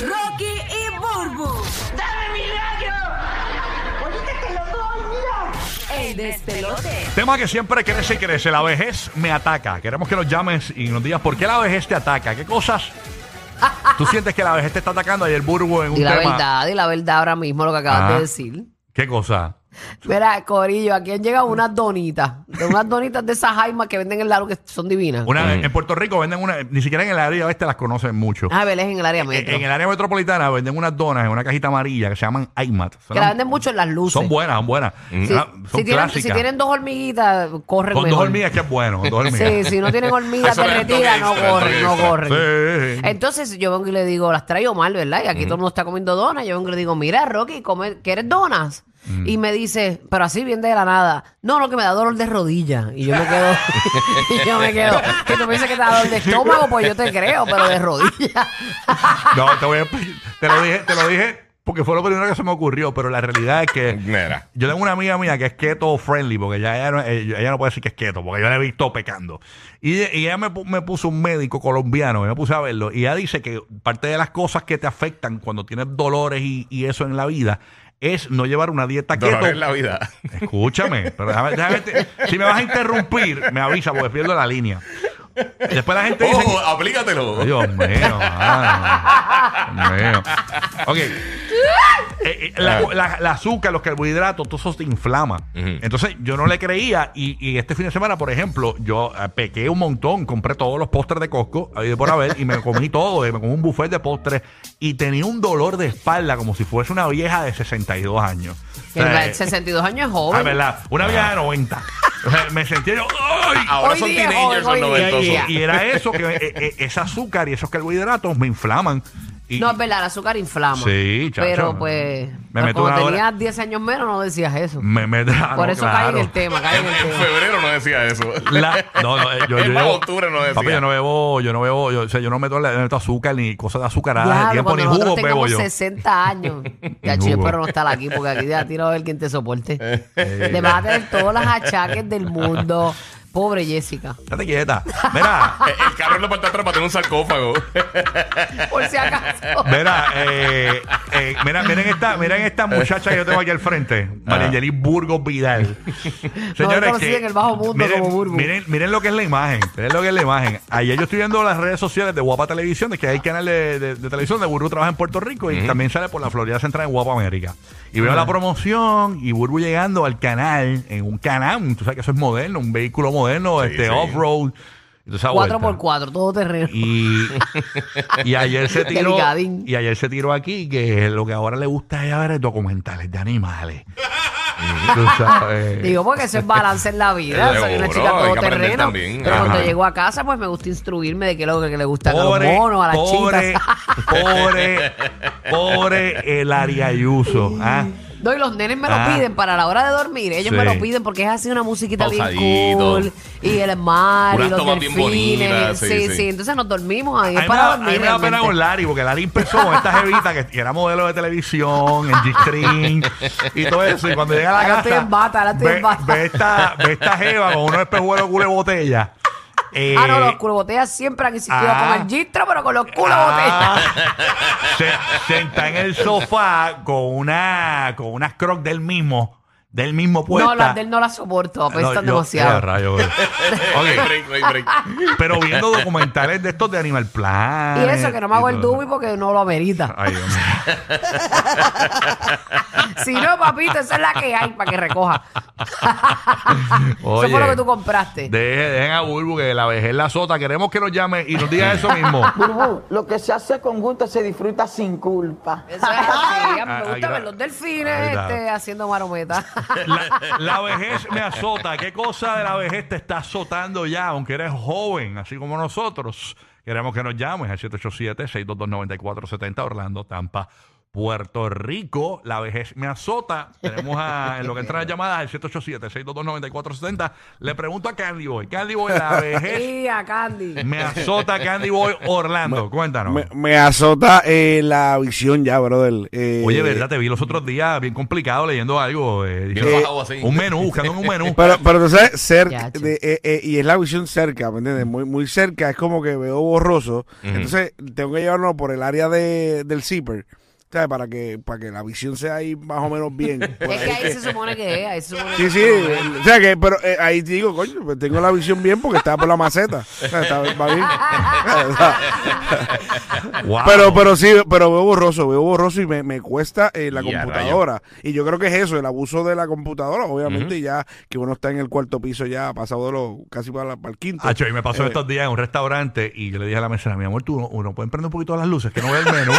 Rocky y Burbu. ¡Dame mi gallo! ¡Ahorita te lo doy, mira! El despelote. Tema que siempre crece y crece. La vejez me ataca. Queremos que nos llames y nos digas por qué la vejez te ataca. ¿Qué cosas tú sientes que la vejez te está atacando? Ayer Burgo en un Di la tema. verdad, di la verdad ahora mismo lo que acabas Ajá. de decir. ¿Qué cosa? Mira, Corillo, aquí han llegado unas donitas. De unas donitas de esas jaimas que venden en el lado que son divinas. Una, En Puerto Rico venden una, ni siquiera en el área oeste las conocen mucho. Ah, Belén en el área metro. Eh, en el área metropolitana venden unas donas en una cajita amarilla que se llaman Aimat. Son, que la venden mucho en las luces. son buenas, son buenas. Si, Ah, si son tienen, clásicas. si tienen dos hormiguitas, corren Con dos mejor. hormigas que es bueno. con dos hormigas. Sí, si no tienen hormigas Eso era el derretidas, toque no extra, el corren, toque no extra. corren. Sí. Entonces yo vengo y le digo, las traigo mal, ¿verdad? Y Mm. aquí todo el mundo está comiendo donas. Yo vengo y le digo, mira, Rocky, come, ¿quieres donas? Mm. Y me dice, pero así bien de la nada. No, no, que me da dolor de rodilla. Y yo me quedo, y yo me quedo. Que tú piensas que te da dolor de estómago, pues yo te creo, pero de rodilla. No, te voy a expli- te lo dije, te lo dije porque fue lo primero que se me ocurrió, pero la realidad es que Mira. yo tengo una amiga mía que es keto friendly, porque ya ella, no, ella- ella no puede decir que es keto, porque yo la he visto pecando. Y, y ella me, pu- me puso un médico colombiano, y me puse a verlo, y ella dice que parte de las cosas que te afectan cuando tienes dolores y, y eso en la vida es no llevar una dieta Dolor keto. en la vida. Escúchame, pero déjame, déjame te- si me vas a interrumpir, me avisa porque pierdo la línea. Después la gente dice que- Ojo, aplícatelo. Oh, Dios mío, mano. Dios mío. Ok. Eh, eh, la, la- la azúcar, los carbohidratos, todo eso te inflama. Ujú. Entonces, yo no le creía. Y, y este fin de semana, por ejemplo, yo eh, pequé un montón, compré todos los postres de Costco, ahí de por haber, y me comí todo, eh, me comí un buffet de postres. Y tenía un dolor de espalda como si fuese una vieja de 62 años. O sea, El eh, 62 años es ah, joven. verdad, una vieja de 90. O sea, me sentía yo. ¡Ay! Ahora Hoy son día, teenagers, hoy- son hoy día, noventosos. hoy día. Y era eso, que eh, eh, ese azúcar y esos carbohidratos me inflaman. Y, No, es verdad, el azúcar inflama. Sí, chacho. Pero pues, Me pero meto cuando una hora- tenías 10 años menos no decías eso. Me, me- ah, Por no, eso cae en claro. el tema, cae En, en el en tema. febrero no decía eso. La- no, no, eh, yo, Es yo más, llevo- octubre no decía. Papi, yo no bebo, yo no bebo, yo, o sea, yo no meto, le- meto azúcar ni cosas de azucaradas de Diablo, tiempo, ni cuando nosotros jugo bebo tengamos yo. 60 años. Ya, chico, jugo. espero no estar aquí porque aquí ya tiro a ver quién te soporte. Eh, Te vas a tener todos los achaques del mundo. Pobre Jessica. Estate quieta. Mira, Eh, El carro en la parte de atrás para tener un sarcófago. Por si acaso. mira, eh, eh, mira, miren esta, miren esta muchacha que yo tengo aquí al frente, María Angelis Burgos Vidal. Ah. No me conocí en el bajo mundo miren, como Burbu. miren, miren lo que es la imagen, miren lo que es la imagen. Ayer yo estoy viendo las redes sociales de Guapa Televisión, de que hay el canal de, de- de televisión de Burbu trabaja en Puerto Rico y también sale por la Florida Central en Guapa América. Y veo la promoción y Burbu llegando al canal, en un canal, tú sabes que eso es moderno, un vehículo moderno, este sí. off-road. y toda esa vuelta. 4x4, todo terreno. Y, y ayer se tiró Delicadín. y ayer se tiró aquí que lo que ahora le gusta a ella ver es documentales de animales. Tú sabes. Digo, porque eso es balance en la Eh, vida. Seguro, Soy una chica hay que todo aprender terreno. también. Pero cuando Ajá. llego a casa, pues me gusta instruirme de qué es lo que le gusta a los monos, a las pobre, chicas. pobre, pobre el Ariayuso. ¿ah? No, y los nenes me lo Ah. piden para la hora de dormir. Ellos Sí. me lo piden porque es así una musiquita bien Pausadito. cool. Y el mar, Unas y los tomas bien delfines. bonitas, sí, sí, sí, sí. Entonces nos dormimos ahí. A Es mí me para da- a mí dormir. me da pena realmente. con Lari, porque Lari empezó con esta jevita que era modelo de televisión, en G-String y todo eso. Y cuando llega a la Ahora casa. estoy en bata, ahora estoy ve, en bata. ve esta, ve esta jeva con unos espejuelos culo de botella. Eh, Ah, no, los culoboteas siempre han existido Ah. con el gistro, pero con los culoboteas. Ah, se, sentada en el sofá con una con unas crocs del mismo del mismo puesta no, las del no las soporto, No, apestan yo- demasiado. ya, rayo, bro. No hay break, no hay break. pero viendo documentales de estos de Animal Planet y eso, que no me hago el todo. dubi porque no lo amerita. Ay, Dios mío. si no, papito, esa es la que hay para que recoja. eso Oye, fue lo que tú compraste. deje- dejen a Bulbu que la vejez la sota queremos que nos llame y nos diga eso mismo Burbu, lo que se hace con gusto se disfruta sin culpa. Eso es así. Ah, Me ahí gusta está. ver los delfines Ahí está. este, haciendo marometa. la, la vejez me azota. ¿Qué cosa de la vejez te está azotando ya? Aunque eres joven, así como nosotros. Queremos que nos llames al 787-622-9470 Orlando, Tampa, Puerto Rico, la vejez me azota. Tenemos a, en lo que entran las llamadas, al 787-622-9470. Le pregunto a Candy Boy. Candy Boy, la vejez Sí, a Candy. me azota, Candy Boy Orlando. Cuéntanos. Me, me azota eh, la visión ya, brother. Eh, Oye, ¿verdad? Te vi los otros días bien complicado leyendo algo. eh, Bien diciendo- bajado así. un menú, buscando en un menú. Pero, pero tú sabes, Ya, cerca, che. de- eh, eh, y es la visión cerca, ¿me entiendes? Muy, muy cerca, es como que veo borroso. Entonces, tengo que llevarlo por el área de, del zipper, ¿sabes? Para que, para que la visión sea ahí más o menos bien. Por Es que ahí que- se supone que es, ahí se supone Sí, sí, el- o sea que, pero eh, ahí te digo, coño, pues tengo la visión bien porque estaba por la maceta. O sea, está- va bien. O sea, Wow. pero, pero sí, pero veo borroso, veo borroso y me, me cuesta eh, la Y a computadora. Y yo creo que es eso, el abuso de la computadora, obviamente, y ya que uno está en el cuarto piso ya, pasado de lo, casi para, la- para el quinto. Acho, Ah, y me pasó Eh, estos días en un restaurante y yo le dije a la mesera, mi amor, tú no, uno pueden prender un poquito las luces, que no veo el menú.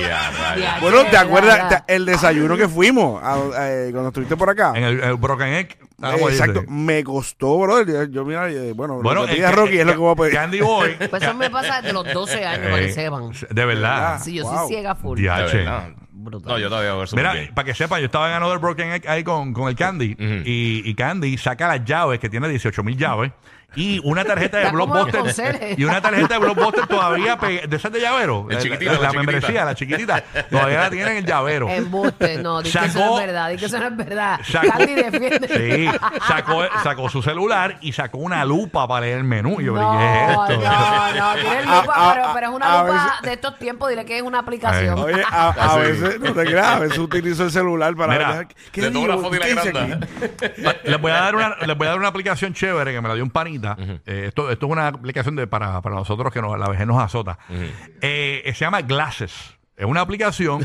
Ya, rayos. Ya. Bueno, ¿te Era, acuerdas era. te- el desayuno que fuimos a- a- eh, cuando estuviste por acá? en el, el Broken Egg. Ah, Eh, como dice. Exacto, me costó, bro. Yo, yo, mira, eh, bueno, Bueno, lo que el pida que- eh, Rocky es lo que voy a pedir. Candy Boy. Pues eso me pasa desde los 12 años, eh, para que sepan. De verdad. verdad. Si yo soy wow. ciega full. Ya. De H. verdad. Brutal. No, yo todavía voy a ver súper Mira, bien. para que sepan, yo estaba en Another Broken Egg ahí con, con el Candy y, y Candy saca las llaves, que tiene 18 mil llaves, y una tarjeta de Está como los Blockbuster. conserjes. Y una tarjeta de Blockbuster todavía pe- de esas de llavero. El La- chiquitito, la, la la chiquitita. membresía, la chiquitita. Todavía la tienen en el llavero. Embuste, no, di que eso Sacó- no es verdad, di que eso no es verdad. Sacó- Candy defiende. Sí, sacó, sacó su celular y sacó una lupa para leer el menú. Y yo, No, ¿qué es esto? no, no, tiene lupa, A- a- pero, pero es una a lupa veces- de estos tiempos, dile que es una aplicación. Oye, a, a Así. veces, no te creas, a veces utilizo el celular para Mira, ver. le tomo digo? una foto y la ¿Qué dice agranda. aquí? Les voy, a dar una, les voy a dar una aplicación chévere que me la dio un panita. Eh, esto, esto es una aplicación de, para, para nosotros que nos, la vejez nos azota. Eh, eh, se llama Glasses. Es una aplicación.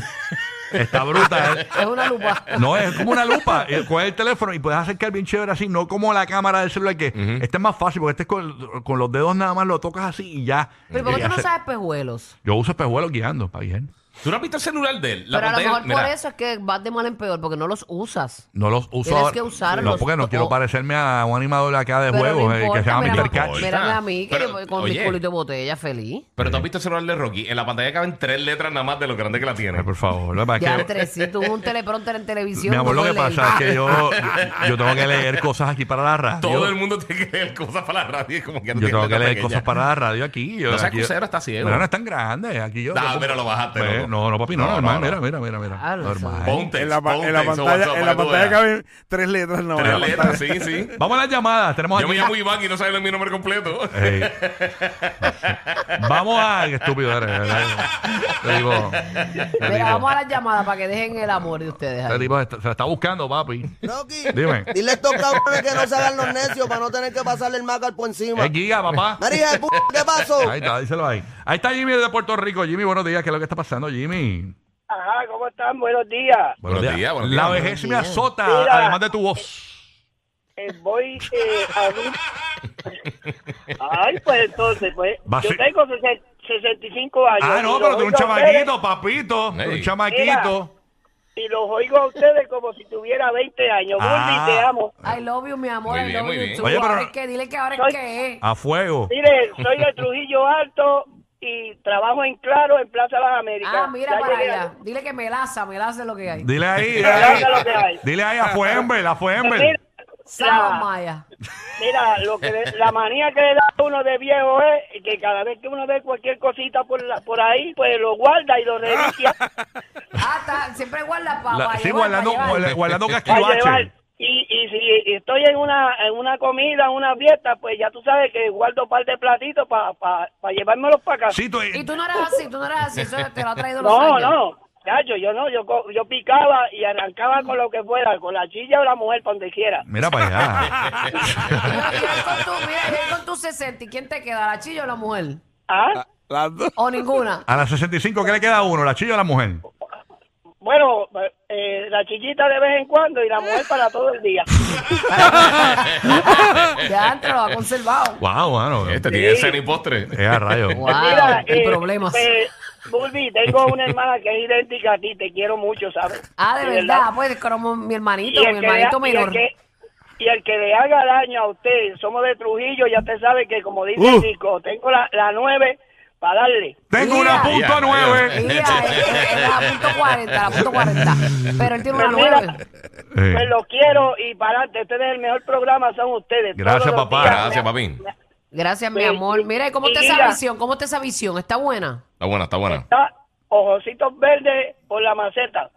está brutal. Es una lupa. No, es como una lupa. Eh, Coges el teléfono y puedes acercar bien chévere así, no como la cámara del celular que este es más fácil porque este es con, con los dedos nada más lo tocas así y ya. Pero ¿por qué Y tú no hace- sabes pejuelos? Yo uso espejuelos guiando, está bien. ¿Tú no has visto el celular de él? La pero a lo pantalla- mejor por mira. eso es que vas de mal en peor, porque no los usas. No los uso Tienes ahora. que usarlos. No, porque no quiero O- parecerme a un animador acá de Pero juegos no eh, importa, que se llama Mr. mírame- Catch. mírame a mí, que Pero, yo voy con oye. mi culito de botella, feliz. Pero tú has visto el celular de Rocky. En la pantalla caben tres letras nada más de lo grande que la tiene. Ay, Eh, por favor. lo que pasa es Ya, que- entre, si tú un teleprompter en televisión. mi amor, no lo que puedes pasa es leer. que yo, yo tengo que leer cosas aquí para la radio. Todo el mundo tiene que leer cosas para la radio. y Como que no yo tiene tengo que letra leer pequeña. cosas para la radio aquí. Yo, No seas aquí- crucero, estás ciego. Pero no es tan grande. Aquí yo. Nah, yo- pero lo bajaste, Pues, loco. no, no, papi, no, No, normal. no, no. Mira, mira, mira, mira. Ah, lo normal. sabe. Ponte. En la, pa- en la pantalla, en la pantalla caben tres letras, no. Tres en la letras, pantalla. sí, sí. Vamos a las llamadas. Tenemos Yo me aquí- llamo Iván y no saben mi nombre completo. Ey. Vamos a. Qué estúpido eres. ¿verdad? Te digo. te Mira, digo. vamos a la llamada para que dejen el amor de ustedes. Este ahí. tipo está- se la está buscando, papi. Rocky, Dime. dile a estos cabrones que no se hagan los necios para no tener que pasarle el macar por encima. Es Giga, papá. María, ¿qué pasó? Ahí está, díselo ahí. Ahí está Jimmy de Puerto Rico. Jimmy, buenos días. ¿Qué es lo que está pasando, Jimmy? Ajá, ¿cómo están? Buenos días. Buenos días, buenos La días. vejez me Buenos días. azota, Mira. además de tu voz. Eh, voy eh, a un- Ay, pues entonces, pues. Va a yo ser- tengo 60 65 años. Ah, y no, los pero tú un oigo a chamaquito, papito. Ey. Un chamaquito. ustedes- Y los oigo a ustedes como si tuviera 20 años. Ah. Bulbi, te amo. I love you, mi amor. Muy I bien, love muy you bien. too. Oye, pero- Ahora es que dile que ahora es Soy- que es. A fuego. Mire, soy de Trujillo Alto y trabajo en Claro, en Plaza Las Américas. Ah, mira Ya para llegué allá. a- Dile que melaza, melaza es lo que hay. Dile ahí, dile Ya ahí. sé lo que hay. Pues Dile ahí a Fuember, a Fuember. Mira, Sama la- Maya. Mira, lo que le- la manía que le da a uno de viejo es que cada vez que uno ve cualquier cosita por la- por ahí, pues lo guarda y lo reliquia Ah, está, siempre guarda para. La- Sí, guardando, guarda- guardando para llevar. casquivache. Y, y si estoy en una, en una comida, en una fiesta, pues ya tú sabes que guardo un par de platitos para pa, pa llevármelos para acá. Sí, tú, Y tú no eras así, tú no eras así. Eso te lo ha traído los no, años. no, Chacho, yo no, yo, co- yo picaba y arrancaba con lo que fuera, con la chilla o la mujer, para donde quiera. Mira para allá. Mira, mira con tu, mira, mira con tu 60. ¿Y quién te queda? ¿La chilla o la mujer? ¿Ah? Las dos. ¿O ninguna? A las 65, ¿qué le queda a uno? ¿La chilla o la mujer? Bueno, eh, la chillita de vez en cuando y la mujer para todo el día. Ya antes lo ha conservado. Wow, bueno. Este Es tiene cena y postre. a rayo. Wow, Mira, hay eh, problemas. eh, Bulbi, tengo una hermana que es idéntica a ti, te quiero mucho, ¿sabes? ah, de verdad, pues como mi hermanito, mi le- hermanito y el menor. que- y el que le haga daño a usted, somos de Trujillo, ya usted sabe que como dice Uh. Nico, tengo la, la nueve para darle. Tengo una Mira. punto nueve. Mira, es, es- es la punto 40, la punto 40. Pero él tiene una Mira. 9. Eh, Pues lo quiero y para adelante. Ustedes el mejor programa, son ustedes. Gracias, Todos los papá. días. Gracias, papi. Gracias, mi Sí, amor. y- Mira, ¿y ¿cómo y está esa mira. visión? ¿Cómo está esa visión? ¿Está buena? Está buena, está buena. Está ojocitos verdes por la maceta.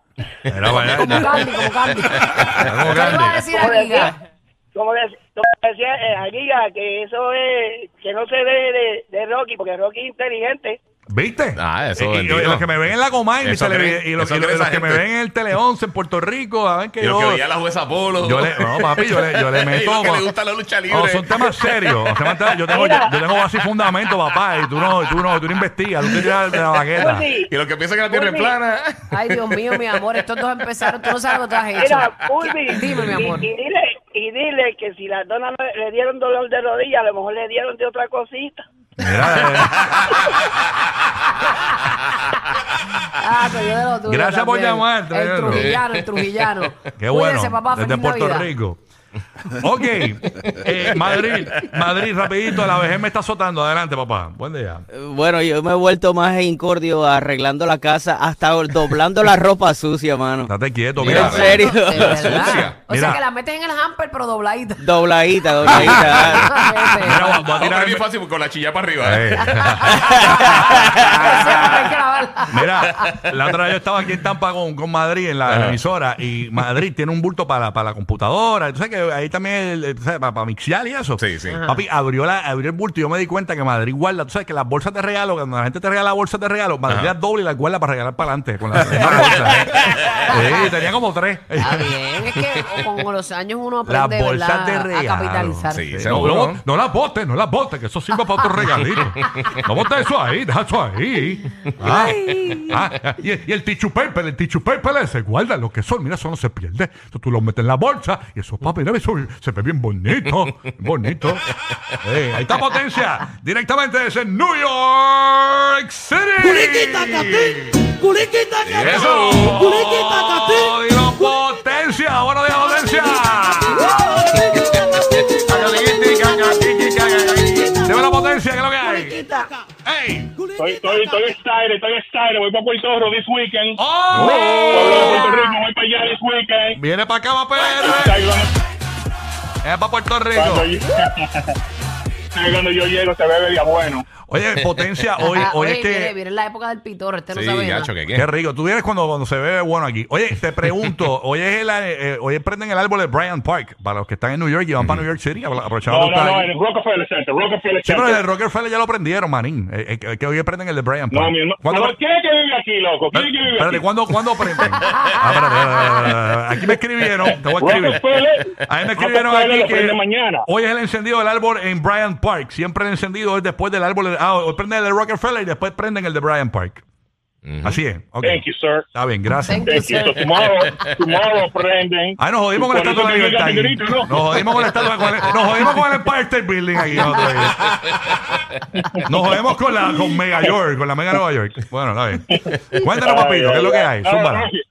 Era para Como Candy, como Candy. Como ¿Qué Candy. iba a decir, Como amiga? decía, como de- como decía eh, Aguiga, que eso es, que no se ve de, de Rocky, porque Rocky es inteligente. ¿Viste? Ah, eso, y, y bendito. los que me ven en la Comay, mis Eso cree- televide- y los, eso y los- cree los esa que me gente. ven en el Tele 11 en Puerto Rico, saben que Y lo yo, que veía la jueza Polo. yo le, no, papi, yo le, yo le meto. Y lo que le gusta la lucha libre. No, son temas serios. son temas serios. Yo tengo, yo, yo tengo base y fundamento, papá, y tú no, tú no, tú no investigas, tú te tiras de la baqueta. Woody, Y los que piensan que la tierra es Uy. plana. Ay, Dios mío, mi amor, estos dos empezaron. Tú no sabes lo que tú has hecho. mira, Pulvi, Dime, mi y- amor. Y, dile, y dile que si las donas no- le dieron dolor de rodilla, a lo mejor le dieron de otra cosita. Mira, eh, Ah, pero yo de lo tuyo Gracias por también. llamar, El Trujano. trujillano, el trujillano. qué bueno. Cuídense, papá, desde feliz Puerto Navidad. Rico. Ok, eh, Madrid, Madrid, rapidito, la vejez me está azotando. Adelante, papá. Buen día. Bueno, yo me he vuelto más incordio arreglando la casa, hasta doblando la ropa sucia, mano. Estate quieto, mira. En serio. De verdad. Sucia. O sea Mira. que la metes en el hamper, pero dobladita. Dobladita, dobladita. Mira, voy a- voy a No, pero tirar es el- bien fácil con la chilla para arriba. Eh. Mira, la otra vez yo estaba aquí en Tampa con, con Madrid, en la, en la emisora, y Madrid tiene un bulto para, para la computadora. Tú sabes que ahí también, el- el- tú sabes, para, para mixear y eso. Sí, sí. Ajá. Papi, abrió, la, abrió el bulto y yo me di cuenta que Madrid guarda, tú sabes que las bolsas de regalo, cuando la gente te regala bolsas de regalo, Madrid Ajá. las doble y las guarda para regalar para adelante con las mismas bolsas. ¿eh? Sí, tenía como tres. Está bien, es que con con los años uno Las aprende bolsas ¿verdad? de a regalo. capitalizar. Sí. No, seguro. no, no las botes, no las botes, que eso sirve para otro regalito. No botes eso ahí, deja eso ahí. Ah, ah, y, y el tissue paper, el tissue paper ese, guarda lo que son, mira, eso no se pierde. Eso tú lo metes en la bolsa y eso, papi, mira, eso se ve bien bonito, bonito. Eh, ahí está potencia, directamente desde New York City. Culiquita Catí, culiquita Catí, Eso. culiquita Catí. Dilo, potencia, bueno, de potencia. Dime la potencia, que es lo que hay. ¡Ey! Estoy, estoy, estoy excited, estoy excited. Voy para Puerto Rico this weekend. ¡Oh! Pueblo de Puerto Rico, voy para allá this weekend. Viene para acá, va PR. Ahí cuando- Es para Puerto Cuando, Rico. yo- ahí cuando yo llego se bebe ya bueno. Oye, potencia, hoy, Ah, hoy oye, es viene, que. viene la época del pitorro, este no Sí, sabe nada. gacho, que Qué qué. rico. Tú vienes cuando, cuando se bebe bueno aquí. Oye, te pregunto, hoy es el, eh, hoy prenden el árbol de Bryant Park para los que están en New York y van para New York City. Aprovechando No, que no, están no, aquí. en el Rockefeller Center, Rockefeller Sí, pero el de Center. Rockefeller ya lo prendieron, manín. Eh, eh, que- que hoy prenden el de Bryant Park. No, mi hermano. ¿Cuándo pre- ¿Quién es que vive aquí, loco? ¿Quién es que vive Espérate, aquí? ¿cuándo, ¿cuándo prenden? Ah, espérate, espérate, espérate, espérate. Aquí me escribieron, te voy a escribir. Rockefeller, A mí me escribieron Rockefeller aquí lo prende que mañana. hoy es el encendido del árbol en Bryant Park. Siempre el encendido es después del árbol. de- Ah, hoy prenden el de Rockefeller y después prenden el de Bryant Park. Así es. ok. Thank you, sir. Está bien, gracias. Thank you. Thank you. So tomorrow, tomorrow prenden. Ay, nos jodimos con la Por eso estatua de que la llega libertad. ahí. Tigrito, ¿no? Nos jodimos con la estatua. Con el, nos jodimos con el Empire State Building aquí. nosotros ahí. Nos jodimos con la con Mega York, con la Mega Nueva York. Bueno, está bien. Cuéntanos, papito, ¿qué es lo que hay? No, Zúmbala. oye,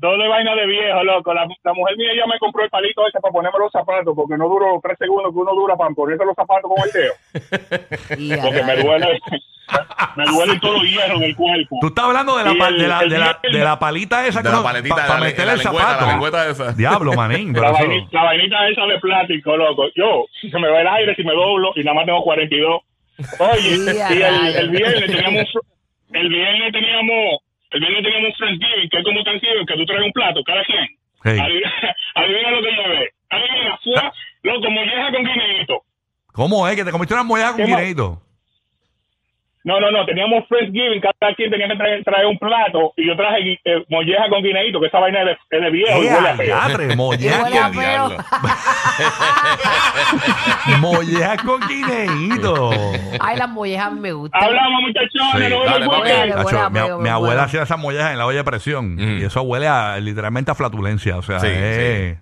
Dos de vaina de viejo, loco. La, la mujer mía ya me compró el palito ese para ponerme los zapatos, porque no duró tres segundos que uno dura para ponerse los zapatos con el dedo. Y a Porque me rayos. duele, me duele todo el hierro en el cuerpo. Tú estás hablando de la, Y pa- el- de la, el de la, día- de la palita esa De la paletita, para de la- meter de la el lengüeta, zapato. la lengüeta esa. Diablo, manín. La, Pero eso- vaini- la vainita esa de plástico, loco. Yo, se me va el aire si me doblo y nada más tengo 42. Oye, Sí, a y el, rayos. el viernes teníamos, un fr- el viernes teníamos, el viernes teníamos un Thanksgiving, que es como Thanksgiving, que tú traes un plato cada quien. Hey, Adivina, adivina lo que llevé. Adivina, fue Ah. loco, molleja con guineito. ¿Cómo es que te comiste una molleja con ¿Qué más? guineito? No, no, no, teníamos Thanksgiving, cada quien tenía que traer, traer un plato y yo traje gui- eh, molleja con guineito, que esa vaina es de, es de viejo y ¡Eh, huele a feo. aladre! Molleja, huele a diablo. molleja con guineito. Ay, las mollejas me gustan. Hablamos, muchachones, Sí, nos vemos dale, papi. el jueves. Huele a Tacho, mi, peo, mi me abuela muero. hacía esas mollejas en la olla de presión Mm. y eso huele a, literalmente a flatulencia. O sea, Sí, eh.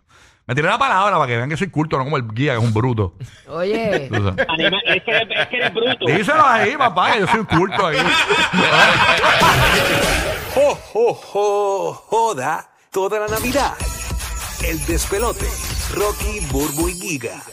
me tiré la palabra para que vean que soy culto, no como el guía, que es un bruto. Oye, Tú sabes. Animal, es, que, es que eres bruto. Díselo ahí, papá, que yo soy un culto ahí. ¡Jo, jo, jo! Joda toda la Navidad. El despelote. Rocky, Burbu y Giga.